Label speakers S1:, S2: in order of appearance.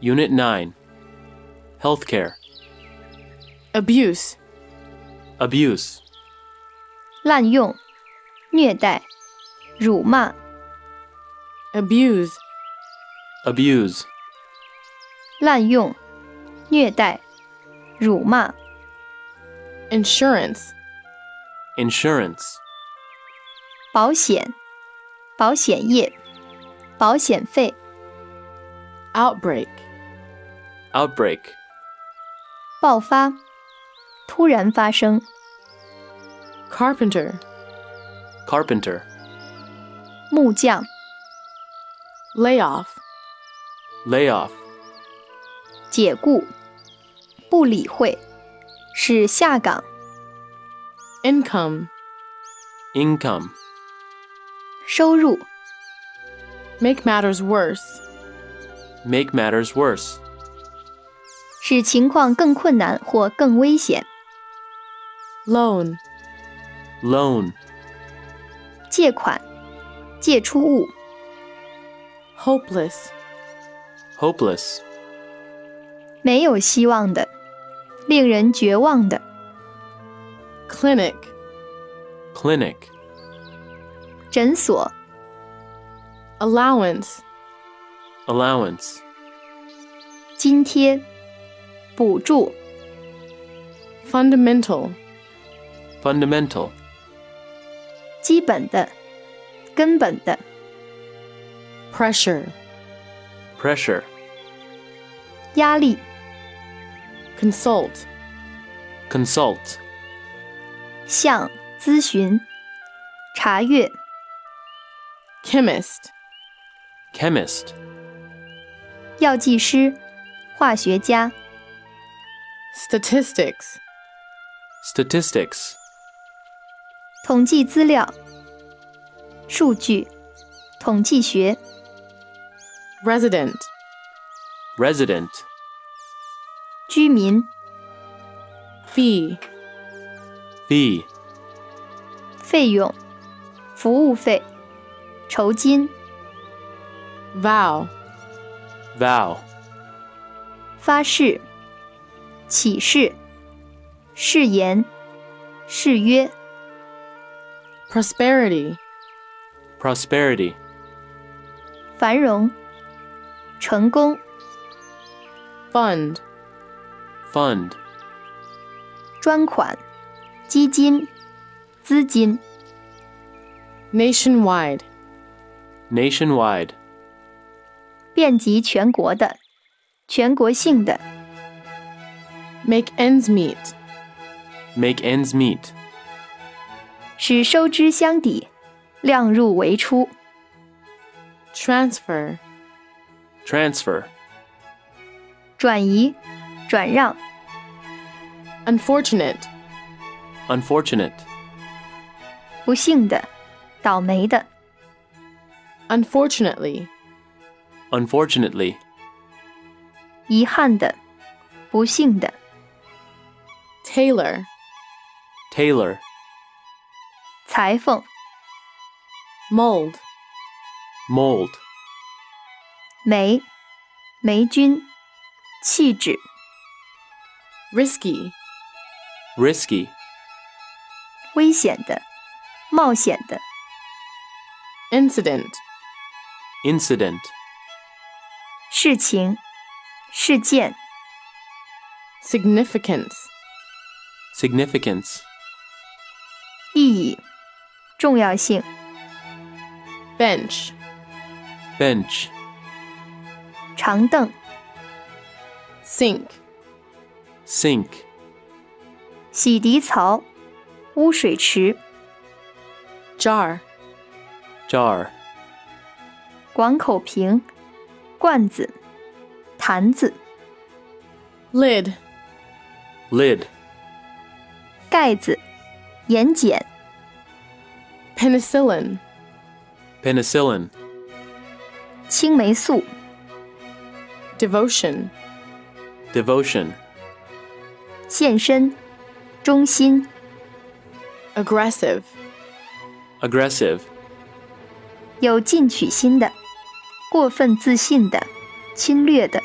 S1: Unit 9 Healthcare
S2: abuse,
S1: Abuse
S3: 滥用、虐待、辱骂、
S2: abuse,
S1: Abuse
S3: 滥用、虐待、辱骂、
S2: insurance,
S1: Insurance
S3: 保险、保险业、保险费、
S2: outbreak,
S1: Outbreak
S3: 爆发、突然发生、
S2: carpenter,
S1: Carpenter
S3: 木匠、
S2: layoff,
S1: Layoff
S3: 解雇、不理会、使下岗、
S2: income,
S1: Income
S3: 收入、
S2: make matters worse,
S1: Make matters worse
S3: 使情况更困难或更危险、
S2: loan,
S1: Loan
S3: 借款、借出物、
S2: hopeless,
S1: Hopeless
S3: 没有希望的、令人绝望的、
S2: clinic,
S1: Clinic
S3: 诊所、
S2: allowance,
S1: Allowance
S3: 津贴、补助、
S2: fundamental,
S1: Fundamental
S3: 基本的、根本的、
S2: pressure,
S1: Pressure
S3: 压力、
S2: consult,
S1: Consult
S3: 向、咨询、查阅、
S2: chemist,
S1: Chemist
S3: 药剂师、化学家、
S2: statistics,
S1: Statistics
S3: 统计资料、数据、统计学、
S2: resident,
S1: Resident
S3: 居民、
S2: fee,
S1: Fee
S3: 费用、服务费、酬金、
S2: vow,
S1: Vow
S3: 发誓、启示、誓言、誓约、
S2: prosperity,
S1: Prosperity
S3: 繁荣、成功、
S2: fund,
S1: Fund
S3: 专款、基金、资金、
S2: nationwide,
S1: Nationwide
S3: 遍及全国的、全国性的。
S2: make ends meet,
S1: Make ends meet
S3: 使收支相抵，量入为出，
S2: transfer,
S1: Transfer
S3: 转移、转让、
S2: unfortunate,
S1: Unfortunate
S3: 不幸的、倒霉的、
S2: unfortunately,
S1: Unfortunately
S3: 遗憾的、不幸的、
S2: tailor,
S1: Taylor
S3: 裁缝、
S2: mold,
S1: Mold
S3: 霉、霉菌、气质、
S2: risky,
S1: Risky
S3: 危险的、冒险的、
S2: incident,
S1: Incident
S3: 事情、事件、
S2: significance,
S1: Significance
S3: 意义、重要性、
S2: bench,
S1: Bench
S3: 长凳、
S2: sink,
S1: Sink
S3: 洗涤槽、污水池、
S2: jar,
S1: Jar
S3: 广口瓶、罐子、坛子、
S2: lid,
S1: Lid
S3: 盖子、盐碱。
S2: penicillin,
S1: Penicillin
S3: 青霉素、
S2: devotion,
S1: Devotion
S3: 献身、忠心、
S2: aggressive,
S1: Aggressive
S3: 有进取心的、过分自信的、侵略的、